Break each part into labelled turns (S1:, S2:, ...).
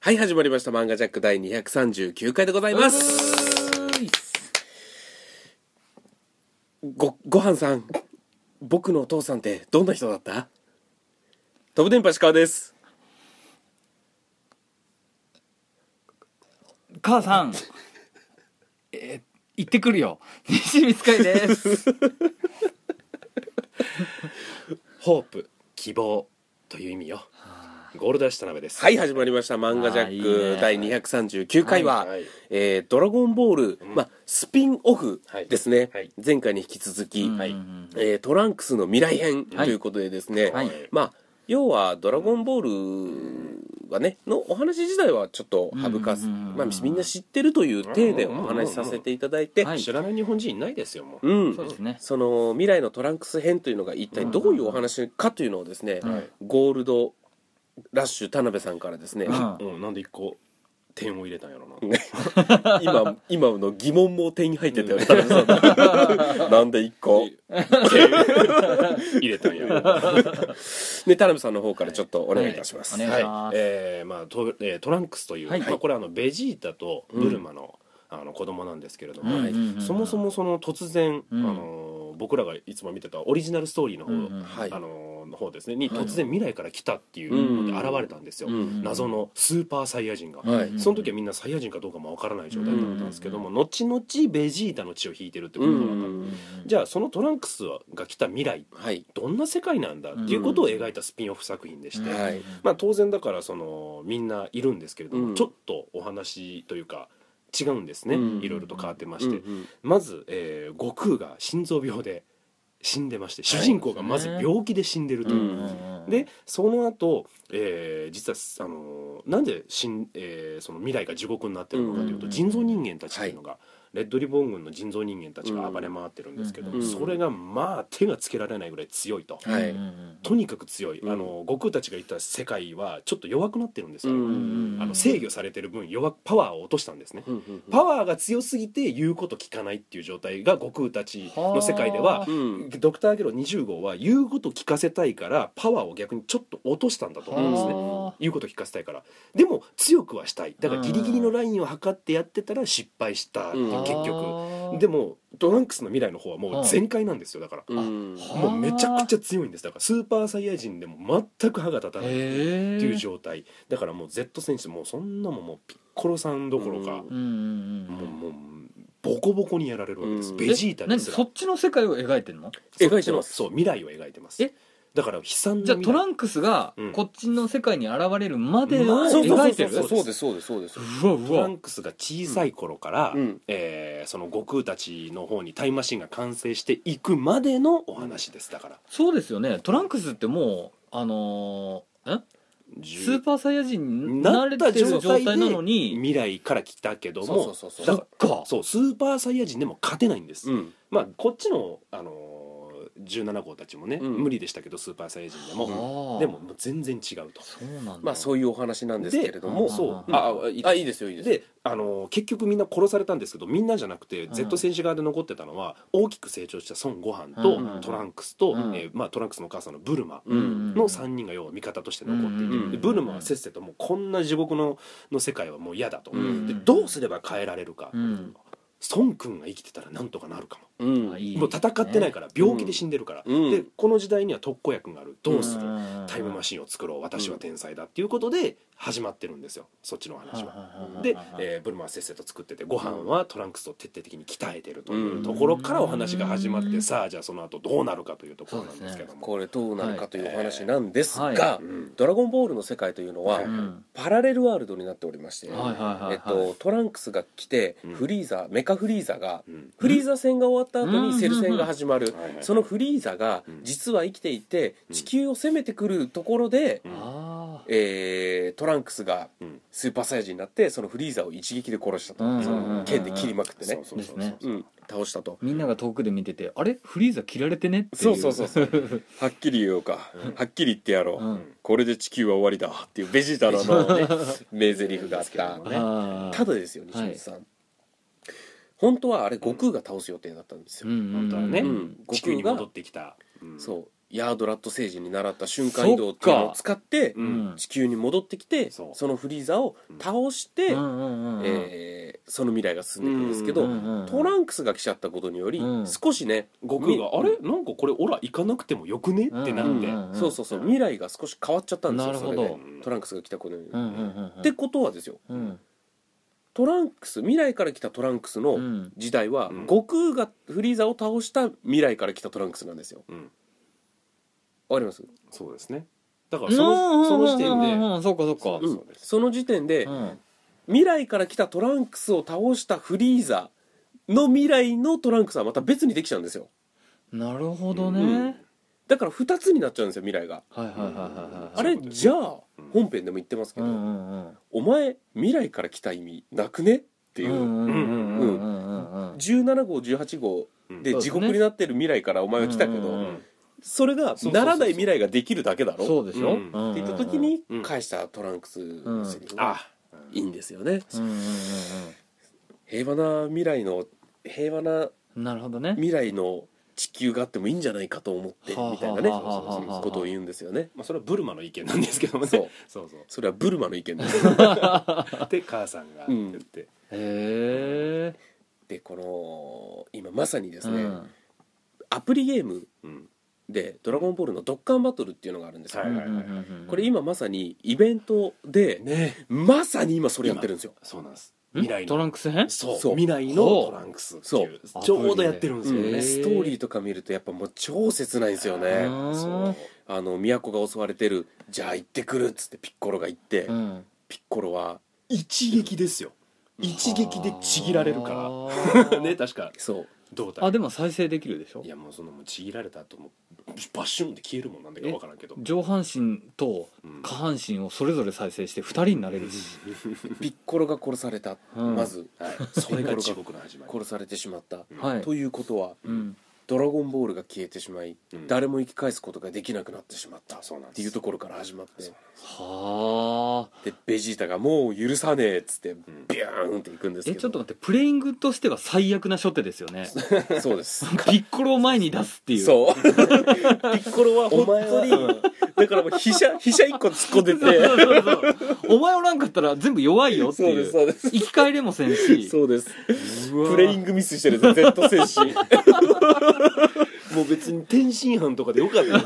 S1: はい、始まりました。漫画ジャック第239回でございます。ご、ごはんさん、僕のお父さんってどんな人だった飛ぶ電波石川です。
S2: 母さん、えー行ってくるよ。西光海です。
S3: ホープ希望という意味よゴールダッシュ田辺です
S1: はい、始まりました。漫画ジャッ
S2: あーいい
S1: ク
S2: ね
S1: 第239回は、
S3: はい
S1: えードラゴンボール、まあ、スピンオフ
S3: はい
S1: ですね。
S3: はい
S1: 前回に引き続き、
S2: うん
S1: えートランクスの未来編と
S2: はい
S1: いうことでですね、
S2: はい
S1: まあ要は「ドラゴンボール」はねのお話自体はちょっと省かす、
S2: うんうんうんうん
S1: まあ、みんな知ってるという体でお話しさせていただいて、
S2: うんうんうんうんはい
S3: 知らない日本人いないですよもう、
S1: うん
S2: そうですね。
S1: その未来のトランクス編というのが一体どういうお話かというのをですね、
S2: はい
S1: ゴールドラッシュ田辺さんからですね、
S2: うん
S3: うんなんで一個点を入れたんやろな
S1: 今今の疑問も手に入ってたよね田辺さん のなんで一個
S3: 入れたんやろ
S1: ね田辺さんの方からちょっとお願いいたします、
S2: はいお願いします
S3: えーまあト,、えートランクスという、
S2: はい
S3: まあ、これあのベジータとブルマの,、あの子供なんですけれども、
S2: うん
S1: はい
S2: うんうん
S3: そもそもその突然、
S2: うん
S3: あの僕らがいつも見てたオリジナルストーリーの方、
S2: うんうん
S1: はい
S3: あのの方ですねに突然未来から来たっていうので現れたんですよ、
S1: うん
S3: 謎のスーパーサイヤ人が、
S1: はい
S2: うん
S3: その時はみんなサイヤ人かどうかもわからない状態だったんですけども、後々ベジータの血を引いてるってこ
S1: う
S3: と
S1: ん
S3: が分かる、じ
S2: ゃ
S3: ゃあそのトランクスが来た未来
S1: はい
S3: どんな世界なんだっていうことを描いたスピンオフ作品でして、
S1: うんはい
S3: まあ、当然だからそのみんないるんですけれども、
S1: うん
S3: ちょっとお話というか違うんですね、
S1: うん
S3: いろいろと変わってま
S1: う
S3: し
S1: んう
S3: て、
S1: ん
S3: まず、えー悟空が心臓病で死んでまして主人公がまず病気で死んでるという。
S1: うん
S3: でその後、えー実はあのーなんで死ん、えーその未来が地獄になってるのかというと、
S2: うん
S3: 人造人間たちっていうのが、レッドリボン軍の人造人間たちが暴れ回ってるんですけど、
S2: うん
S3: それがまあ手がつけられないぐらい強いと。
S1: は
S2: はいいうん
S3: とにかく強い、
S1: うん
S3: あの悟空たちがいた世界はちょっと弱くなってるんですよ、
S1: うん
S2: うん
S3: あの制御されてる分弱パワーを落としたんですね、
S1: うんうん
S3: パワーが強すぎて言うこと聞かないっていう状態が悟空たちの世界では
S2: はあ
S1: うん
S3: ドクターゲロ20号は言うこと聞かせたいからパワーを逆にちょっと落としたんだと思うんですね
S2: はあ
S3: 言うこと聞かせたいからでも強くはしたいだからギリギリのラインを測ってやってたら失敗したって
S1: うん
S3: 結局
S2: はあ
S3: でもトランクスの未来の方はもう全開なんですよだから
S1: うん
S2: はあ
S3: もうめちゃくちゃ強いんですだからスーパーサイヤ人でも全く歯が立たないって
S2: へえ
S3: いう状態だからもう Z 選手もうそんなもんもうピッコロさんどころか
S2: うんうんうん
S3: もうもうボコボコにやられるわけで
S1: う
S3: す
S1: ん
S3: ベジータ
S2: え何
S3: ですら
S2: そっちの世界を描いてんの
S1: 描いてます
S3: そう未来を描いてます
S2: え
S3: だから悲惨な
S2: じゃあトラ
S3: ン
S2: ンクスが
S3: うん
S2: こっちの世界に現れるまでを
S3: まあそう
S2: 描いてる
S1: そうそうですそうですそうです
S2: うわう
S3: トラ
S2: わ
S3: ンクスが小さい頃から、
S1: うんうん
S3: えーその悟空たちの方にタイムマシンが完成していくまでのお話ですだから
S2: そうですよねトランクスってもうあのーんスー
S3: 10
S2: パーサイヤ人になれてる状態なのに
S3: 未来から来たけども
S1: そうそうそうそう
S3: だ
S2: そっか
S3: そうスーパーサイヤ人でも勝てないんです、
S1: うん
S3: まあこっちの、あのー17号たちもね、
S1: うん
S3: 無理でしたけどスーパーサイヤ人で
S2: あ
S3: も、
S2: あ
S3: でももう全然違うと
S2: そうなんだ
S1: まあそういうお話なんですけれど
S2: う
S1: も
S2: ん
S3: そう
S2: うん
S1: ああいいあいいですよいいですよ
S3: で、あのー結局みんな殺されたんですけどみんなじゃなくて、
S2: うん
S3: Z 戦士側で残ってたのは大きく成長した孫悟飯と、
S2: うん
S3: トランクスと、
S2: うん
S3: えーまあ、トランクスのお母さんのブルマ
S1: うん
S3: の3人が要は味方として残っていて、
S1: うん
S3: でブルマはせっせともうこんな地獄のの世界はもう嫌だと、
S1: うん
S3: でどうすれば変えられるか、
S2: うん
S3: 孫君が生きてたらなんとかなるかも。
S1: うん
S2: あいい
S3: もう戦ってないから病気で死んでるから、
S1: うん
S3: でこの時代には特効薬があるどうする、
S2: ん
S3: タイムマシンを作ろう私は天才だっていうことで始まってるんですよそっちの話は。で、えーブルマはせっせと作っててご飯はトランクスを徹底的に鍛えてるというところからお話が始まって、
S2: うん
S3: さあじゃあその後どうなるかというところなんですけども。
S1: これどうなるかというお話なんですが、
S2: はいは
S3: うん
S1: ドラゴンボールの世界というのは、
S3: はい
S2: うん
S1: パラレルワールドになっておりまして、
S2: はいはいはい
S1: えっと、トランクスが来て
S3: うん
S1: フリーザメカフリーザが
S3: うん
S1: フリーザ戦が終わった後
S2: う
S1: に
S2: ん
S1: セル戦が始まる、
S3: はいはい
S1: そのフリーザが
S3: うん
S1: 実は生きていて
S3: うん
S1: 地球を攻めてくるところで、
S3: うん
S2: あ
S1: えートランクスが
S3: うん
S1: スーパーサイヤ人になってそのフリーザを一撃で殺したと、
S2: うん
S3: うんうんうんうん
S1: 剣で切りまくってね
S3: そうそうそうそう
S2: ですね
S1: うん、倒したと
S2: ーみんなが遠くで見ててあれフリーザ切られてねってい
S1: そうそうそうそうはっきり言おうか、
S3: うん
S1: はっきり言ってやろう、
S2: うん
S1: これで地球は終わりだっていうベジータのあの、ね、名台詞があった
S3: ね
S2: あー
S1: ただですよ西光さん、本当はあれ悟空が倒す予定だったんですよ、
S2: うんうん
S3: 本当はね、
S1: うん
S3: 地球に戻ってきた、
S1: そうヤードラット星人に習った瞬間移動っていうのを使って
S3: うん
S2: うん
S1: 地球に戻ってきて
S3: そ
S1: そうのフリーザを倒して、
S2: うんうんうん
S1: えーその未来が進んでいくんですけ
S2: う
S1: ど、
S2: んうんうん
S1: トランクスが来ちゃったことにより、
S2: うん
S1: 少しね
S3: 悟空が
S1: み
S3: あれなんかこれオラ行かなくてもよくねってな
S1: う
S3: っ
S1: ん
S3: て、
S2: うん
S1: そうそうそう未来が少し変わっちゃったんですよ
S2: なるほ
S1: そ
S2: ど
S1: れでトランクスが来たことにより、
S2: うんうんうんうん
S1: ってことはですよ
S2: うん
S1: トランクス未来から来たトランクス
S2: う
S1: の
S2: ん
S1: 時代は、
S3: うん
S1: 悟空がフリーザを倒した未来から来たトランクスなんですよ
S3: うん
S1: わかります
S3: そうですねだからそのその時点
S2: うんう
S3: で
S2: んうんそうかそうか
S3: そう
S1: うんその時点で、
S2: うん
S1: 未来から来たトランクスを倒したフリーザの未来のトランクスはまた別にできちゃうんですよ
S2: なるほど
S3: う
S2: ね
S3: ん
S1: だから2つになっちゃうんですよ未来が
S2: はいはいはいはいはい
S1: あ
S3: そうい
S1: れ
S3: うことです
S1: じ
S3: ね
S1: ゃあ
S3: うん
S1: 本編でも言ってますけ
S2: う
S1: ど、
S2: んうんうんっ
S1: お前未来から来た意味なくねって
S2: て
S1: いう、
S2: うんうんうんうんうんうん
S1: 17号18号
S3: うん
S1: で
S2: そうで
S1: 地
S2: すね
S1: 獄になってる未来からお前は来たけど、
S2: うん
S3: うん
S1: それがならない未来ができるだけだろ
S2: そうでしょ
S3: うん
S1: って言った時に
S3: うん
S1: 返したトランクスのセリフが
S3: あ
S1: いいんですよね、
S2: うんうんうん
S1: 平和な未来の平和な
S2: うんなるほどね
S1: 未来の地球があってもいいんじゃないかと思って
S2: はあ
S1: みたいなね
S2: はあはあはあはあ
S1: ことを言うんですよね
S3: まあ、それはブルマの意見なんですけどもね
S1: そう
S3: そうそう
S1: それはブルマの意見です
S3: で母さんが言って、
S2: へえ
S1: でこの今まさにです
S2: う
S1: ね、
S2: ん
S1: アプリゲーム
S3: うん
S1: で「ドラゴンボール」のドッカンバトルっていうのがあるんですよ、
S3: はいはいはい
S1: これ今まさにイベントで
S3: ね
S1: まさに今それやってるんですよ
S3: そうなんです
S2: ん
S3: 未来
S2: トラ
S3: の
S2: ンクス編
S3: そう
S1: そう
S3: 未来のトランクスっていう
S2: そう
S3: ちょうどやってるんですよ
S2: へ
S1: う
S3: ね
S1: んストーリーとか見るとやっぱもう超切ないんですよね
S2: うん
S3: そう
S1: あの都が襲われてる「じゃあ行ってくる」っつってピッコロが行って、
S2: うん
S1: ピッコロは
S3: 一撃ですよ一撃でちぎられる
S2: あ
S3: か
S2: ー
S3: ら ね確か
S1: そう
S3: 胴体
S2: あでも再生できるでしょ
S3: いやもうそのもうちぎられた後もうバッシュンって消えるもんなんだか
S2: え
S3: 分からんけど、
S2: 上半身と
S3: うん
S2: 下半身をそれぞれ再生して2人になれるし
S1: ピッコロが殺された、
S2: うん
S1: まず
S3: はい、それが地獄の始まり
S1: 殺されてしまった、
S3: うん
S2: はい
S1: ということは
S2: うん
S1: 「ドラゴンボール」が消えてしまい、
S3: うん
S1: 誰も生き返すことができなくなってしまったっ
S3: そうなんです
S1: ていうところから始まって
S3: そう
S2: はあ
S1: でベジータが「もう許さねえ」っつって
S3: ん
S1: ビューンっていくんですけ
S2: え
S1: ど
S2: ちょっと待ってプレイングとしては最悪な初手ですよね
S1: とそう です
S2: ピッコロを前に出すっていう
S1: そうピッコロは本当に
S3: お前は
S1: だからもう飛車飛車一個突っ込んで
S2: そう
S1: て
S2: そうそうそうお前おらんかったら全部弱いよって
S1: そう
S2: い
S1: です
S2: う
S1: そうです
S2: 生き返れもせんし
S1: そうです
S2: うわ
S1: プレイングミスしてるんですよ Z 戦 士
S3: もう別に天津飯とかでよかったよね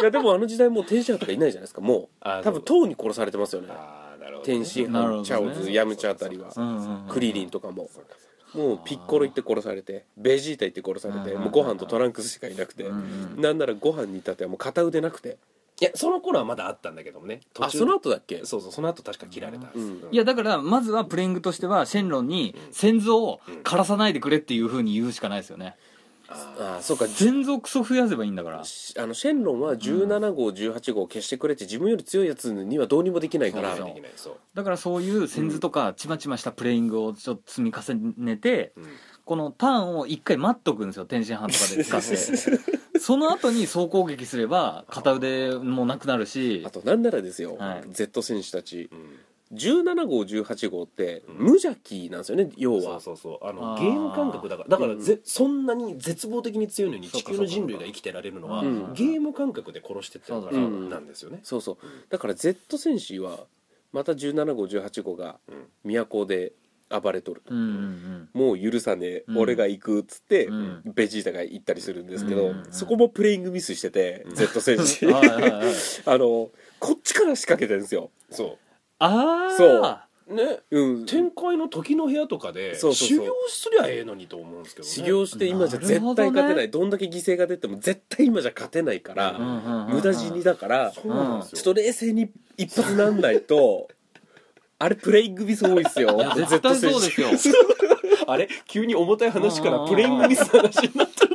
S1: いやでもあの時代もう天津飯とかいないじゃないですかもう
S3: あー
S1: 多分唐に殺されてますよね
S3: ああなるほど
S1: 天津
S2: なるほ
S1: 飯
S2: どね
S1: チャオズヤムチャあたりは
S2: うんうんうん
S1: クリリンとかも
S3: そうかそうか
S1: もうピッコロ行って殺されてベジータ行って殺されて
S2: うん
S1: もうご飯とトランクスしかいなくて
S2: うんうん
S1: なんならご飯に至ってはもう片腕なくて
S3: いやその頃はまだあったんだけどもね途中
S1: あその後だっけ
S3: そうそうその後確か切られた、
S1: うん
S2: いやだからまずはプレイングとしてはシェンロンに先祖を枯らさないでくれっていうふうに言うしかないですよね
S3: あ
S1: ああそうかじゅ
S2: 全族クソ増やせばいいんだから
S1: あのシェンロンは17号18号を消してくれって自分より強いやつにはどうにもできない
S3: ー
S1: か
S2: そう
S1: ら
S2: です
S3: で
S2: よ
S3: きないそう
S2: だからそういう先祖とかちまちましたプレイングをちょっと積み重ねて
S3: うん
S2: このターンを一回待っとくんですよ天津飯とかで使っ てその後に総攻撃すれば片腕もなくなるし
S1: あとなんならですよ
S2: はい
S1: Z 戦士たち
S3: うん
S1: 17号18号って
S3: うん
S1: 無邪気なんですよね要
S3: そう
S1: は
S3: そうそうあの
S2: あー
S3: ゲーム感覚だからだからぜ、
S1: う
S3: そんなに絶望的に強いのに
S2: そう
S3: 地
S2: か
S3: 球の人類が生きてられるのは、
S1: うん
S3: ゲーム感覚で殺してってるか
S2: そ
S3: ら
S1: うだ
S3: なんですよね、
S1: そうそうだから Z 戦士はまた17号18号が
S3: うん
S1: 都で暴れとると
S2: うんうん
S1: もう許さねえ、
S2: うん
S1: 俺が行くっつって、
S2: うん
S1: ベジータが行ったりするんですけど、
S2: うん
S1: そこもプレイングミスしてて、
S3: うん
S1: Z 戦士
S2: うん はいはいはい
S1: あのこっちから仕掛けてるんですよ
S3: そ
S2: ああ
S1: そう
S3: うね
S1: うん
S3: 展開の時の部屋とかで
S1: そうそうそう
S3: 修行すりゃええのにと思うんですけどね
S1: 修行して今じゃ絶対勝てない
S2: なるほど
S1: ど,、
S2: ね
S1: んだけ犠牲が出ても絶対今じゃ勝てないから、
S3: うん
S1: 無駄死にだから、
S3: そうなんですよ
S1: ちょっと冷静に一発なんない とあれプレイングミス多いっすよ
S2: いや絶対そうですよ
S3: あれ急に重たい話か
S2: う
S3: ら
S2: ん
S3: プレイングミスの話になった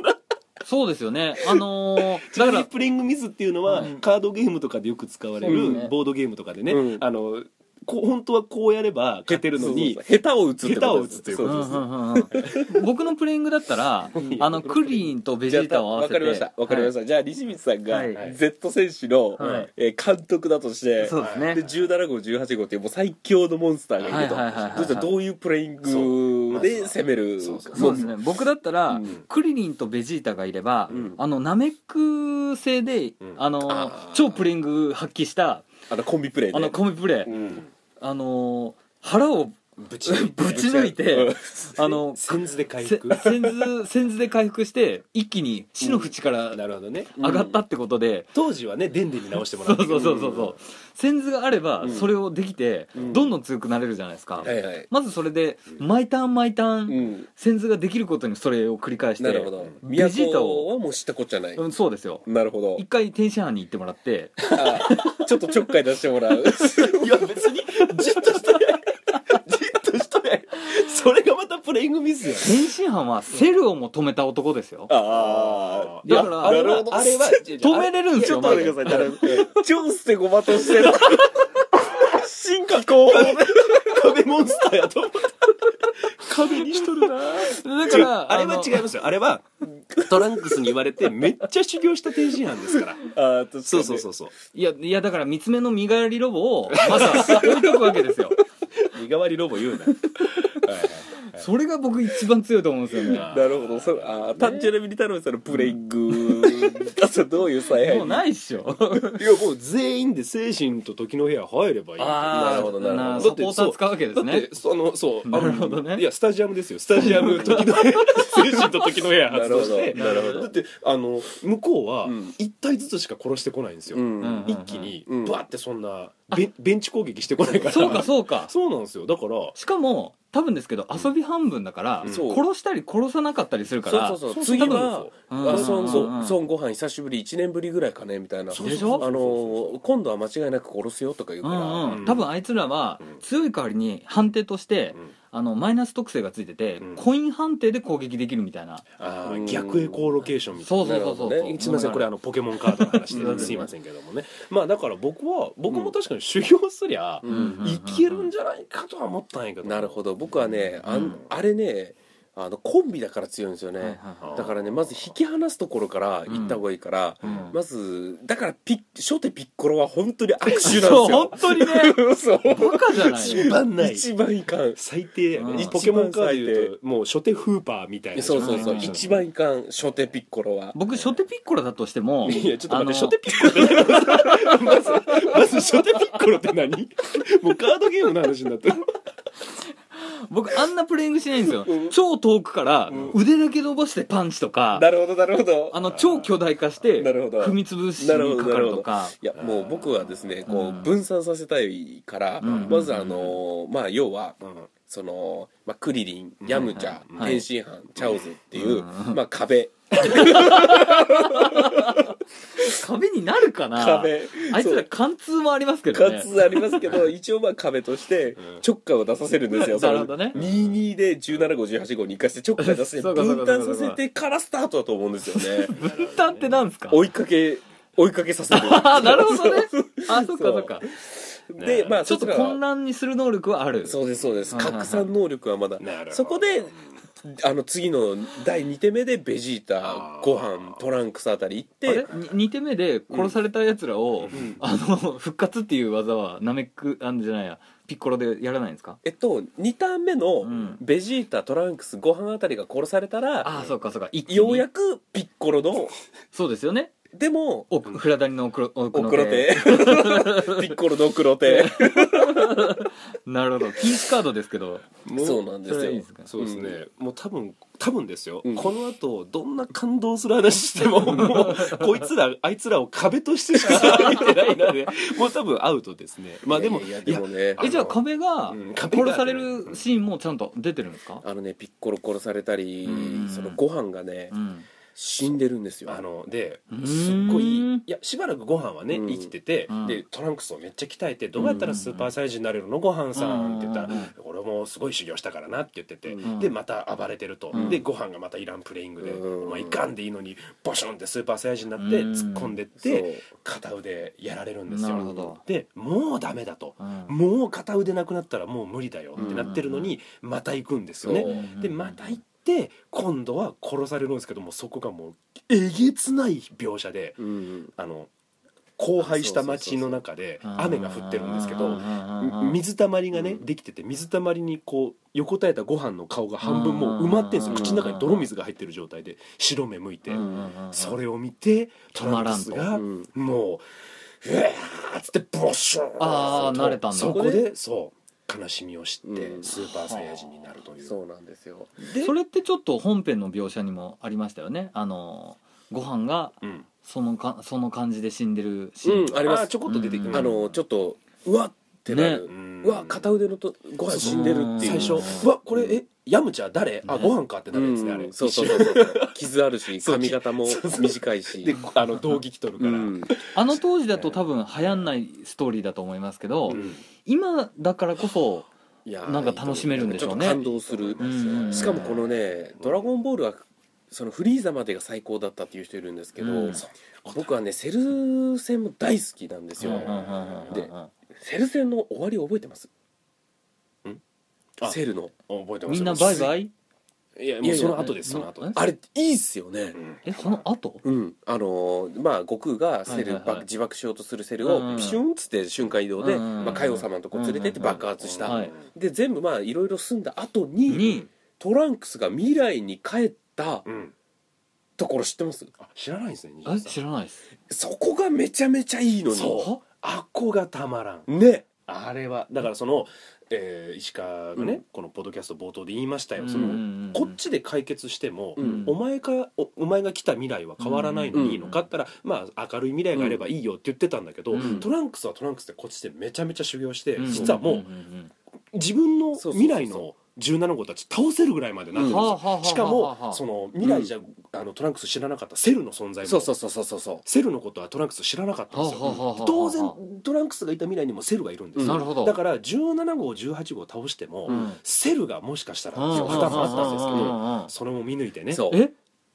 S2: そうですよね あのーだか
S3: だかららプレイングミスっていうのは、
S2: うん
S3: カードゲームとかでよく使われ
S1: そう
S2: ね
S3: るボードゲームとかでね、
S1: うん
S3: あのこう本当はこうやれば勝てるのに
S1: そうそうそう下手を打つってことです
S3: 下手を打つということ
S1: そう
S3: で
S1: そ
S3: す
S1: う
S3: ね
S1: そう
S2: うんうんうんうん僕のプレイングだったらあのクリーンとベジータを合わせて
S1: わかりましたわかりました、じゃあ西光さんが
S2: はい
S1: Z 選手の、
S2: はい
S1: えー監督だとして、
S2: そうですね
S1: で17号18号っていうもう最強のモンスターがいると、
S2: はいはいはいはい
S1: そしたらどういうプレイングで攻める
S3: そうそう
S2: そうですね僕だったら、
S1: うん
S2: クリリンとベジータがいれば、
S1: うん
S2: あのナメック製で、
S3: うん
S2: あの
S1: あー
S2: 超プレイング発揮した
S1: あのコンビプレイね
S2: あのコミプレイ、
S1: うん
S2: あの腹を
S3: ぶち抜いて
S2: ぶち抜い て
S1: うん
S2: あの
S3: 線図で回
S2: せ
S3: 復
S2: 先図先図で回復して一気に死の淵から
S3: なるほどね
S2: 上がったってことで、
S3: 当時はねデンデンに直しても
S2: そ
S3: ら
S2: うそうそうそうそう先図があれば、
S1: うん
S2: それをできて、
S1: うん
S2: どんどん強くなれるじゃないですか、
S1: はいはい、
S2: まずそれで
S3: うん
S2: 毎ターン毎ターン、
S1: うん、
S2: 先図ができることにそれを繰り返して
S1: なるほど
S2: ベジータ
S1: 都
S2: を
S1: はもう知ったこっちゃない、
S2: うん、そうですよ
S1: なるほど
S2: 一回天津飯に行ってもらって
S1: あちょっとちょっかい出してもらう
S3: いや別にじっとしてないじっとしてないそれがまたプレイングミスよ
S2: 天津飯はセルをも止めた男ですよ
S1: ああ
S2: だから
S3: いやあれ
S1: なる
S3: は
S1: ほど
S3: あれは
S2: 止めれるんです
S1: ちょ
S2: よ
S1: っと待ってください誰も 超捨てごまとしてる進化後
S3: 壁モンスターやと思った壁にしとるな
S2: だから
S3: あれは違い
S2: い
S3: ますよあれはトランクスに言われてめっちゃ修行した天津飯ですから
S1: あー
S3: そうそうそううそう
S2: いやいやだから三つ目の身代わりロボをまずは置いとくわけですよ
S3: 身代わりロボ言うな
S2: それが僕一番強いと思うんですよね
S1: なるほどそあー単純なミリタロウさんのプレイン グがさどういう采配
S2: もうないっしょ
S3: いやもう全員で精神と時の部屋入ればいい
S2: あー
S1: なるほどなるほど
S2: あ
S3: だ
S2: サ
S3: っ
S2: ポ
S3: て
S2: ーター使うわけです
S3: だっ
S2: ね
S3: てそのそう
S2: なるほどね
S3: いやスタジアムですよスタジアム時の部屋 精神と時の部屋発動して
S1: なるほどなるほど
S3: だってあの向こうは
S1: うん
S3: 一体ずつしか殺してこないんですよ、
S1: うん
S2: うん
S3: 一気に
S1: うん
S3: バーってそんなベンベンチ攻撃してこないから
S2: そうかそうか
S3: そうなんですよだから
S2: しかも多分ですけど遊び半分だから、
S3: うん
S1: そう
S2: 殺したり殺さなかったりするから
S1: そうそうそう
S2: 多
S1: 次
S2: 分
S1: は
S2: う
S1: あ
S2: んうんうんうん
S1: の孫孫孫ご飯久しぶり1年ぶりぐらいかねみたいな
S3: そう
S2: でしょ
S1: あのー今度は間違いなく殺すよとか言う
S2: う
S1: から、
S2: んうん
S3: うん
S2: 多分あいつらは
S3: うん
S2: 強い代わりに判定として、
S3: うん
S2: あのマイナス特性がついてて、
S3: うん
S2: コイン判定で攻撃できるみたいな、
S3: あ
S1: う
S3: ー
S1: ん
S3: 逆エコーロケーションみたい
S2: そ
S3: な
S2: うそうそうそう
S1: なる
S2: そ
S1: ほど
S2: う、
S1: ね
S3: すみませんこれあのポケモンカードの話
S1: う
S3: で
S1: ん
S3: すいませんけどもねまあだから僕は僕も確かに修行すりゃ
S1: うん
S2: うん
S3: いけるんじゃないかとは思ったんやけど
S1: なるほど僕はねあ,、
S2: うんん、
S1: あれねあのコンビだから強いんですよね、
S2: はいはいは
S1: だからねまず引き離すところから行った方がいいから、
S2: うん
S1: まずだからピッ初手ピッコロは本当に悪手なんです
S2: い
S1: よ
S2: そう本当にね
S1: そう
S2: バカじゃない
S3: 一番ない
S1: 一番いかん
S3: 最低や
S2: う
S3: ね
S2: ん
S3: ポケモンカードでいうともう初手フーパーみたいな
S1: そうそうそう
S2: うん
S1: 一番いかん初手ピッコロは
S2: 僕初手ピッコロだとしても
S3: いやちょっと待って
S2: あの
S3: 初手ピッコロって何まず まず初手ピッコロって何もうカードゲームの話になってる
S2: 僕あんなプレイングしないんですよ、
S1: うん
S2: 超遠くから
S1: うん
S2: 腕だけ伸ばしてパンチとか、
S1: なるほどなるほど
S2: あの超巨大化して
S1: なるほど
S2: 踏み潰しにかかるとか
S1: いやもう僕はですねこ
S2: う
S1: うん分散させたいから、
S2: うん
S1: まずあのまあ要は
S3: うん
S1: その、まあ、クリリンヤムチャ、
S2: はいはい
S1: 天津飯チャオズっていう、
S2: うん
S1: まあ壁
S2: 壁になるかな
S1: 壁
S2: あいつ
S1: そう
S2: ら貫通もありますけどね
S1: かつありますけ ど一応まあ壁として
S3: うん
S1: ちょっかいを出させるんですよ、
S2: なるほどね
S1: その22で17号18号に行かせてちょっかい出す
S2: そうかそうか
S1: 分担させてからスタートだと思うんですよ ね
S2: 分担ってなんですか
S1: 追いかけ追いかけさせる
S2: あ なるほどねあそっかそっか
S1: でまあ
S2: ちょっ
S1: そ
S2: と
S1: ちら
S2: 混
S1: は
S2: 乱にする能力はある
S1: そうですそうです
S2: はいはいはい
S1: 拡散能力はまだ
S3: なるほど
S1: そこであの次の第2手目でベジー
S3: あ
S1: タ
S3: ー
S1: ご飯トランクスあたり行っ
S2: あれ
S1: て
S2: に2手目で殺されたやつらを、あの 復活っていう技はナメックあんじゃないやピッコロでやらないんですか
S1: えっと2ターン目の
S2: うん
S1: ベジータトランクスご飯あたりが殺されたら
S2: ああそうかそうか一気に
S1: ようやくピッコロの
S2: そうですよね
S1: でも
S2: おフラダニのおくろお
S1: お
S2: く
S1: 黒
S2: ろ
S1: 手 ピッコロの黒手
S2: なるほど禁止カードですけど
S3: も
S1: そうなんです
S2: それはいい
S1: よ
S2: ですか
S3: そうですね、もう多分多分ですよ、
S1: うん
S3: この後どんな感動する話して ももうこいつらあいつらを壁としてしか見てないのでもう多分アウトですねまあでも
S1: いやいやでもね
S2: えじゃあ壁が
S3: うん壁が
S2: 殺されるシーンもちゃんと出てるんですか
S1: あのねピッコロ殺されたり
S2: うん
S1: そのご飯がね
S2: うん
S1: 死んでるんですよ
S3: あので
S2: うーん
S3: すっごいいやしばらくご飯はね
S1: うん
S3: 生きてて、
S2: うん
S3: でトランクスをめっちゃ鍛えて「どうやったらスーパーサイジになれるのご飯さん」って言ったら
S2: うん
S3: 「俺もすごい修行したからな」って言ってて、
S1: うん
S3: でまた暴れてると、
S2: うん
S3: でご飯がまたイランプレイングで「
S1: うん
S3: お前いかんでいいのにボションってスーパーサイジになって突っ込んでって、片腕やられるんですよ。
S2: なるほど
S3: でもうダメだと
S2: うん
S3: もう片腕なくなったらもう無理だよってなってるのにまた行くんですよね。
S1: ね
S3: でまた行って今度は殺されるんですけどもそこがもうえげつない描写で
S1: そううん
S3: あの荒廃した街の中で雨が降ってるんですけどみ水たまりが
S1: う
S3: ね
S1: ん
S3: できてて水たまりにこう横たえたご飯の顔が半分もう埋まってんですよ
S1: うん
S3: 口の中に泥水が入ってる状態で白目向いて
S1: うん
S3: それを見てトランクス
S2: 止ま
S3: が
S1: うん
S3: もう「うわ!」っつってボシューン
S2: あー
S3: と
S2: 慣れたんだ
S3: そこでそう悲しみを知って
S1: うん
S3: スーパーサイヤ人になるという
S1: そうなんですよ
S3: で
S2: それってちょっと本編の描写にもありましたよねあのご飯が
S3: うん
S2: そのかその感じで死んでるシー
S1: う
S2: ン
S1: んあります
S3: ーちょこっと出てく
S2: うん
S3: る
S1: あのちょっとうわってなる、うわ片腕のとご飯死んでるっていう
S3: 最初
S2: うん
S3: うわこれえヤムチャ誰あ
S2: ね
S3: ご飯かってな
S1: う
S3: るんですねあ
S1: ん
S3: れ
S1: そうそうそうそう 傷あるし
S3: そう
S1: 髪型も
S3: そうそう
S1: 短い
S3: で
S1: し
S3: あの同撃取る
S1: う
S3: から
S1: ん
S2: あの当時だと多分流行んないストーリーだと思いますけど、
S3: うん
S2: 今だからこそ
S1: いや
S2: なんか楽しめるんでしょうね
S1: ちっと感動する
S2: うんうんうん
S1: しかもこのね「ドラゴンボール」はそのフリーザまでが最高だったっていう人いるんですけど、
S2: うん
S1: 僕はねセル戦も大好きなんです
S2: う
S1: よ、
S2: んうんうんうん
S1: でセル戦の終わり覚えてます
S3: あ
S1: セルの
S3: 覚えて
S2: うん
S3: ます
S2: みんなバイバ
S3: イ
S2: イ
S3: いや
S1: い
S3: も
S1: や
S3: う
S1: いや
S3: その後ですその後
S2: え
S1: あれいいっすよね
S3: うん
S2: えその後
S1: うんあのーまあ悟空がセル、
S2: はいはいはい
S1: ば自爆しようとするセル
S2: うんう
S1: を
S2: ん
S1: ピシュンっつって瞬間移動で、
S2: うんうんうん
S1: まあ、海王様のとこ連れてって爆発した、
S2: はい
S1: で全部まあいろいろ済んだ後に
S2: に
S1: トランクスが未来に帰った
S3: うん
S1: ところ知ってます
S3: あ知らないんですね
S2: え
S3: 23
S2: 知らないです
S1: そこがめちゃめちゃいいのに
S3: そうあっこがたまらん
S1: ね
S3: あれはだからその、えー石川がね、
S1: うん
S3: このポッドキャスト冒頭で言いましたよ、
S2: うん
S3: そ
S2: うんう
S3: の
S2: ん
S3: こっちで解決しても、
S1: うん
S3: お前かおお前が来た未来は変わらないのにいいのか
S2: うん
S3: って言ったら、まあ、明るい未来があればいいよって言ってたんだけど、
S2: うん
S3: トランクスはトランクスでこっちでめちゃめちゃ修行して、
S2: うん
S3: 実はも
S2: ん
S3: うん自分の
S1: そうそうそうそう
S3: 未来の17号たち倒せるぐらいまでなってるん
S2: うん
S3: です
S2: はあは、あは
S3: よ
S2: あはあ
S3: しかもその未来じゃ、あのトランクス知らなかったセルの存在も
S1: そうそうそうそうそうそう
S3: セルのことはトランクス知らなかったんですよ、
S2: はあはあはあはあ
S3: 当然トランクスがいた未来にもセルがいるんですよ、
S1: うん
S2: なるほど
S3: だから17号18号倒しても、
S1: うん
S3: セルがもしかしたら
S2: うん
S3: 2パターンもあったんですけ
S2: うんうん
S3: ど
S2: うんうん
S3: それも見抜いてね
S1: そう
S2: え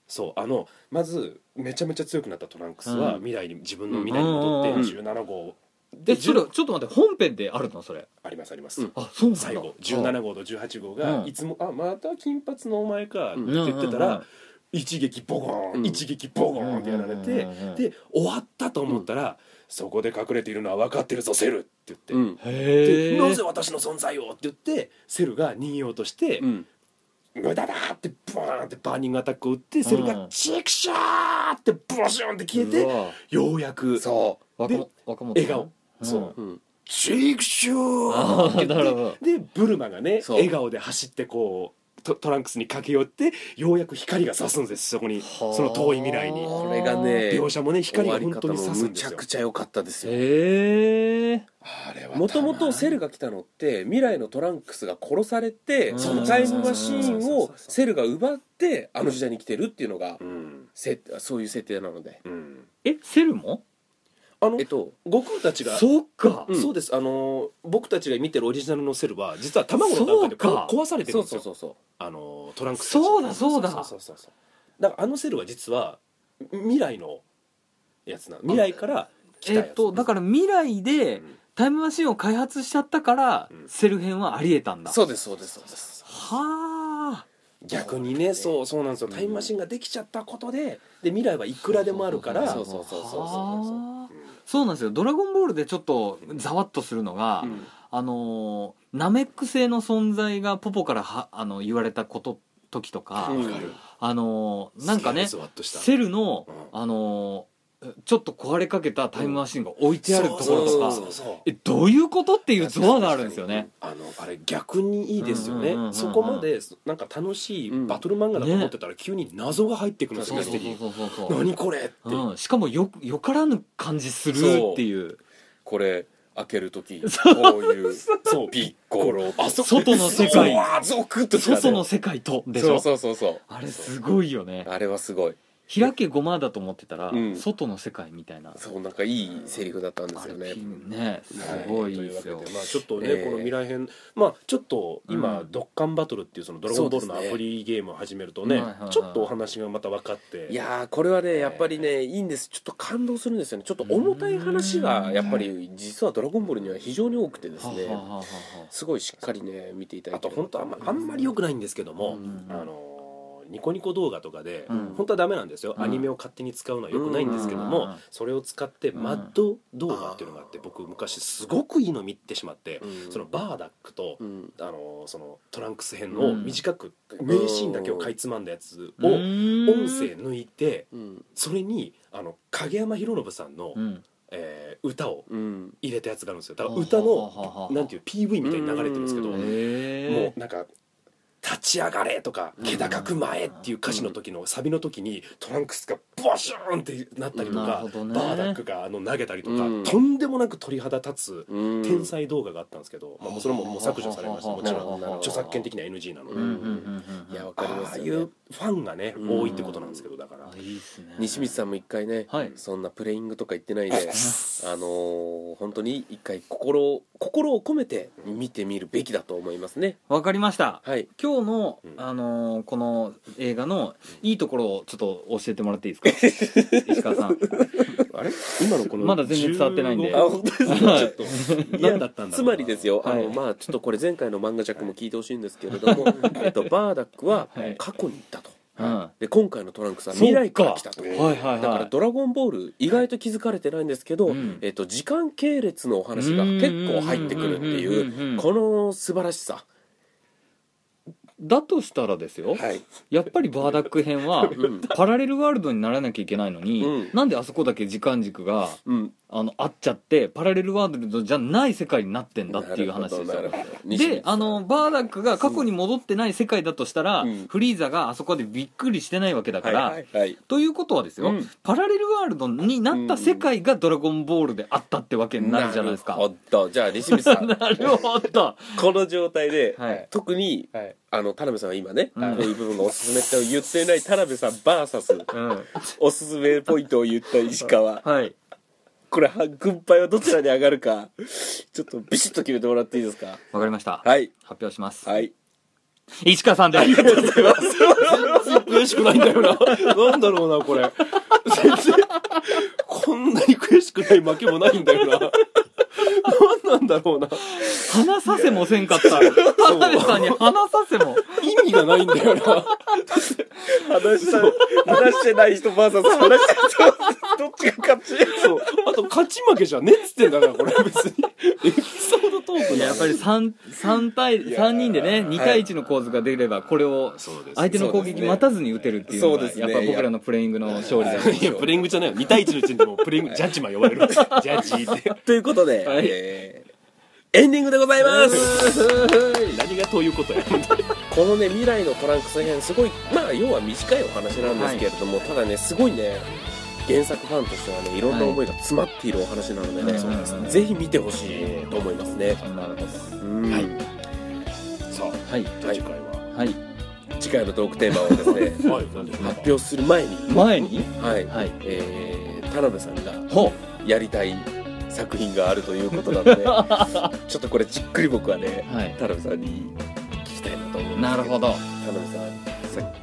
S3: そうあのまずめちゃめちゃ強くなったトランクス
S2: う
S3: は
S2: ん
S3: 未来に自分の未来に戻って17号
S2: え
S3: で
S2: それちょっと待って本編であるのそれ
S3: ありますあります、
S1: うん
S2: あそうなんだ
S3: 最後17号と18号が
S2: うん
S3: いつも「あまた金髪のお前か」って
S1: うん
S3: 言ってた
S2: うんうんう
S3: ら
S2: ん
S3: 一撃ボゴ
S1: う
S3: ーン
S1: ん
S3: 一撃ボゴーンってやられて
S2: うんうんうんうん
S3: で終わったと思ったら「そこで隠れているのは分かってるぞセル」って言って
S1: う。ん
S2: へ
S3: で
S2: え
S3: なぜ私の存在をって言ってセルが逃げようとして
S1: うん
S3: 無駄だってブワーンってバーニングアタックを打ってセル
S2: う
S3: が
S2: ん
S3: チクシャーってボシュンって消えてようやく
S1: そ
S2: 若
S3: で
S2: 者若者
S3: 笑顔
S2: ん
S3: そう
S1: ううん
S3: チクシューって
S2: あーなる
S3: 言
S2: ほ
S3: ってでブルマがね
S1: そう
S3: 笑顔で走ってこうトトランクスに駆け寄ってようやく光が差すんですそこに
S2: はあ
S3: その遠い未来に
S1: これがね
S3: 描写もね光
S1: 終
S3: が
S1: わり
S3: 本
S1: 方
S3: 当
S1: も
S3: に差す
S1: む
S3: んで
S1: ち
S3: す
S1: ゃ
S3: よ
S1: くちゃ良かったですよ
S2: へえ
S1: もともとセルが来たのって未来のトランクスが殺されて
S2: うん
S1: そのタイムマシーン
S3: そうそうそうそ
S1: を
S3: う
S1: セルが奪ってあの時代に来てるっていうのが
S3: うん
S1: せそういう設定なので
S3: うん
S2: えセルも
S3: あの
S1: えっと
S3: 悟空たちが
S2: そっか
S1: うん
S3: そうですあの僕たちが見てるオリジナルのセルは実は卵の中で
S2: そ
S3: こ
S2: う
S3: う
S2: か
S3: 壊されてる
S1: そ
S3: ん
S1: う
S3: です
S1: そう
S3: よ
S1: そうそう
S3: あのトランクスたち
S2: そうだそうだ
S3: そうそうそうだからあのセルは実は未来のやつな未来から来た
S2: え
S3: やつ
S2: っとだから未来で
S3: うん
S2: タイムマシンを開発しちゃったから、
S3: うん
S2: セル編はありえたんだ
S1: そうですそうですそうです
S2: はあ
S3: 逆にねそうそうなんですよ
S1: うん
S3: タイムマシンができちゃったことでで未来はいくらでもあるから
S1: そうそうそうそうそうそうそう
S2: はあ
S3: うん
S2: そうなんですよ「ドラゴンボール」でちょっとざわっとするのが、
S1: うん
S2: あのーナメック星の存在がポポからはあの言われたこと時とか、
S1: うん
S3: わかる
S2: あのーなんかね
S3: すげえゾワッとした
S2: セルの、
S3: うん
S2: あのーちょっと壊れかけたタイムマシンが置いてあるところ
S1: そ
S2: と
S1: うそう
S2: か
S1: そう
S2: えどういうことっていうゾワがあるんですよね
S3: あのあれ逆にいいですよ
S2: うんうんうんうん
S3: ねそこまでなんか楽しいバトル漫画だと思ってたら急に謎が入ってくるんです
S2: そ
S3: よ
S2: う
S3: ね
S2: そうそうそうそう
S3: 何これって
S2: うん、しかもよよからぬ感じするっていう
S1: これ開ける時 こういう
S3: そう
S1: ピッコロ
S3: あそ
S2: 外の世界
S1: ゾワーゾクッとしたね
S2: 外の世界とでしょ
S1: そうそうそうそう
S2: あれすごいよね
S1: あれはすごい
S2: 開けごまだと思ってたら、
S1: うん
S2: 外の世界みたいな
S1: そうなんかいいセリフだったんですよ
S2: あ
S1: ね
S2: れねすごい
S3: と
S2: で
S3: うわ
S2: す
S3: け
S2: よ、
S3: まあ、ちょっとね、
S1: えー
S3: この未来編、まあ、ちょっと今、
S2: うん
S3: ドッカンバトルっていうそのドラゴンボールの
S1: そ
S3: ア
S1: うですね
S3: プリゲームを始めるとね
S2: はいはいはい
S3: ちょっとお話がまた分かって
S1: いやーこれはね
S3: えー
S1: やっぱりねいいんですちょっと感動するんですよねちょっと重たい話がやっぱり実は「ドラゴンボール」には非常に多くてです
S2: は
S1: ね
S2: はははは
S1: すごいしっかりね見ていただ
S3: あ
S1: いて
S3: と本当あんまあんまり良くないんですけども、
S2: うん
S3: あのーニコニコ動画とかで、
S2: うん
S3: 本当はダメなんですよ、
S2: うん
S3: アニメを勝手に使うのは良くないんですけど
S2: う
S3: も
S2: ん
S3: それを使ってマッド動画っていうのがあって僕昔すごくいいの見てしまって、
S1: うん
S3: そのバーダックと、
S1: うん
S3: あのーそのトランクス編
S2: う
S3: の
S2: ん
S3: 短く名シーンだけをかいつまんだやつを音
S2: 音
S3: 声抜いて
S1: うん
S3: それにあの影山博信さんの、
S2: うん
S3: えー歌を
S1: うん
S3: 入れたやつがあるんですよだから歌のなんていうう PV みたいに流れてるんですけど、
S1: うん
S2: へ
S3: もうなんか「立ち上がれ!」とか「気高く前!」っていう歌詞の時のサビの時にトランクスがボシューンってなったりと
S2: な
S3: か
S2: るほどね
S3: バーダックがあの投げたりとか
S1: うん
S3: とんでもなく鳥肌立つ
S1: うん
S3: 天才動画があったんですけどまあもうそれももう削除されましたもちろん
S1: ん
S3: 著作権的には NG なの
S2: うんうん
S3: で
S2: うんうん
S1: いやわかりま
S3: ああ
S1: す
S3: い
S1: よ、
S3: う
S1: ね
S3: フ、ァンがね
S1: うん
S3: 多いってことなんですけどだから
S2: あいいっすね
S1: 西光さんも一回ね、
S2: はい
S1: そんなプレイングとか言ってないであのー本当に一回心を心を込めて見てみるべきだと思いますね
S2: わかりました
S1: はい
S2: 今日の
S3: う、ん
S2: あのーこの映画のいいところをちょっと教えてもらっていいですか石川さん
S3: あれ今のこの
S2: まだ全然伝わってないんで
S1: あ
S3: 15
S1: 本当です
S2: は
S1: ね
S2: い
S1: ちょっと
S3: 分
S1: いや
S3: 何だったんだろうな
S1: つまりですよ、
S2: はい
S1: あのまあちょっとこれ前回の漫画ジャックも聞いてほしいんですけれども、えっと、バーダックは
S2: はい
S1: 過去に行ったと、
S2: うん
S1: で今回のトランクスは未来から来たと
S3: そう
S1: だ
S3: か
S2: はいはい
S1: から
S2: は
S1: 「ドラゴンボール」意外と気づかれてないんですけど、
S2: うん
S1: えっと、時間系列のお話が結構入ってくるって
S2: うんうんうんうんうん
S1: いううんこの素晴らしさ、
S2: いだとしたらですよ
S1: はい
S2: やっぱりバーダック編は
S1: うん
S2: パラレルワールドにならなきゃいけないのに、
S1: うん
S2: なんであそこだけ時間軸が
S1: うん、
S2: あの合っちゃってパラレルワールドじゃない世界になってんだっていう話です
S1: なる
S2: よ
S1: ほどなるほど西
S2: で
S1: 光さん
S2: あのバーダックが過去に戻ってない世界だとしたら、
S1: うん
S2: フリーザがあそこでびっくりしてないわけだ
S1: は
S2: か
S1: い
S2: ら、
S1: はいはい
S2: ということはですよ、
S1: うん
S2: パラレルワールドになった世界が「ドラゴンボール」であったってわけになるじゃないですか
S1: なるほどじゃあ西光さん
S2: なるほど
S1: この状態で、
S2: はい
S1: 特に
S3: はい
S1: あの田辺さんは今ね、
S2: うん
S1: こういう部分がおすすめって言ってない田辺さん VS
S2: うん
S1: おすすめポイントを言った石 川
S2: はい
S1: これは軍配はどちらに上がるかちょっとビシッと決めてもらっていいですか
S2: わかりました、
S1: はい
S2: 発表します、
S1: はい
S2: 石川さんで
S3: 悔しくないんだよな。なんだろうな、これ。全然、こんなに悔しくない負けもないんだよな。なんなんだろうな。
S2: 話させもせんかった田辺さんに話させも
S3: 意味がないんだよな。
S1: 話した話してない人 VS 話してる人どっちが勝ち
S3: そう。あと、勝ち負けじゃねっつってんだから、これ別に。エピソードトーク
S2: いややっぱり 3, 三対三人でね2対1の構図が出ればこれを
S3: そうです
S2: 相手の攻撃待たずに打てるっていうの
S1: そう
S2: が
S1: ですね
S2: やっぱ僕らのプレイングの勝利だと
S3: いや、プレイングじゃないよ。2対1のうちにもうプレイング、ジャッジマン呼ばれ る。ジャッジって。
S1: ということで、
S2: はい
S1: えーエンディングでございます
S3: 何がということや。
S1: このね未来のトランクス編すごいまあ要は短いお話なんですけれども、ただねすごいね原作ファンとしてはねいろんな思いが詰まっているお話なのでね、
S2: はいそうですね
S1: ぜひ見てほしいと思いますね、
S2: なるほど
S1: うん
S3: はいさあ、
S2: はい
S3: じゃあ次回は。
S2: はい
S1: 次回のトークテーマをですね
S3: はい、何でしょうか
S1: 発表する前に、
S2: 前に
S1: はい
S2: はい
S1: えー、田辺さんが
S2: ほ
S1: やりたい作品があるということ なのでちょっとこれじっくり僕はね
S2: うはい
S1: 田辺さんに聞きたいなと思うんですけ
S2: なるほど
S1: 田辺さんさ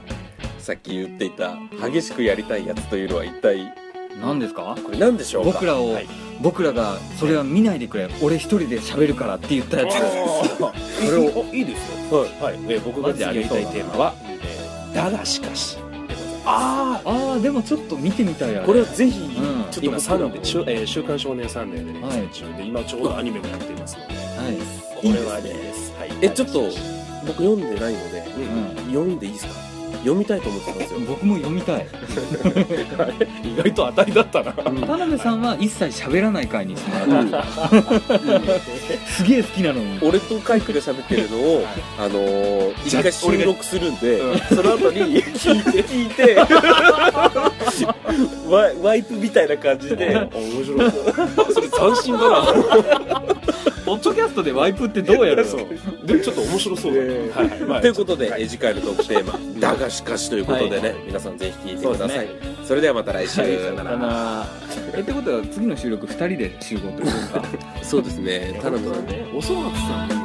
S1: さっき言っていた激しくやりたいやつというのは一体
S2: 何ですか
S1: これ何でしょうか
S2: 僕らを、
S3: はい
S2: 僕らがそれは見ないでくれ俺一人で喋るからって言ったやつ
S3: それをいいですよはい、えー僕が次やりたいテーマは「えーだがしかし」ああ
S2: ああでもちょっと見てみたいあれ
S1: これはぜひ、
S2: ん
S1: ちょっと
S3: 今
S1: 僕
S3: サ
S1: ら
S3: ン
S1: も
S3: デー週、えー週刊少年サンデー」で連載中で、今ちょうどアニメがやっていますので
S2: はい、
S3: これはいいですはい
S1: えちょっと僕読んでないので
S2: う
S1: 読んでいいですか読みたいと思ってたんですよ
S2: ん、、僕も読みたい
S3: 意外と当たりだったな
S1: うん
S2: 田辺さんは一切喋らない回にしてもらうすげえ好きなのに
S1: 俺とカイクで喋ってるの を、あのー、
S3: じゃ
S1: 一
S3: あ
S1: 回収録するんで、
S3: うん
S1: その後に聞いて聞い てワ イワイプみたいな感じで
S3: 面白いそれ斬新だな
S2: ポッドキャストでワイプってどうやるの
S3: でちょっと面白そうだね、
S1: えー
S3: はいはいまあ
S1: ということで、えー次回のトークテーマ「だがしかし」ということでね、
S2: は
S1: 皆さんぜひ聞いて
S2: そう
S1: く
S2: で
S1: だ
S2: す
S1: さい
S2: ね
S1: そ,、れではまた来週、
S2: はい
S1: さよなら
S2: さよならえってことは次の収録2人で集合ということか
S1: そうですね
S3: 田辺さんねおそ松さん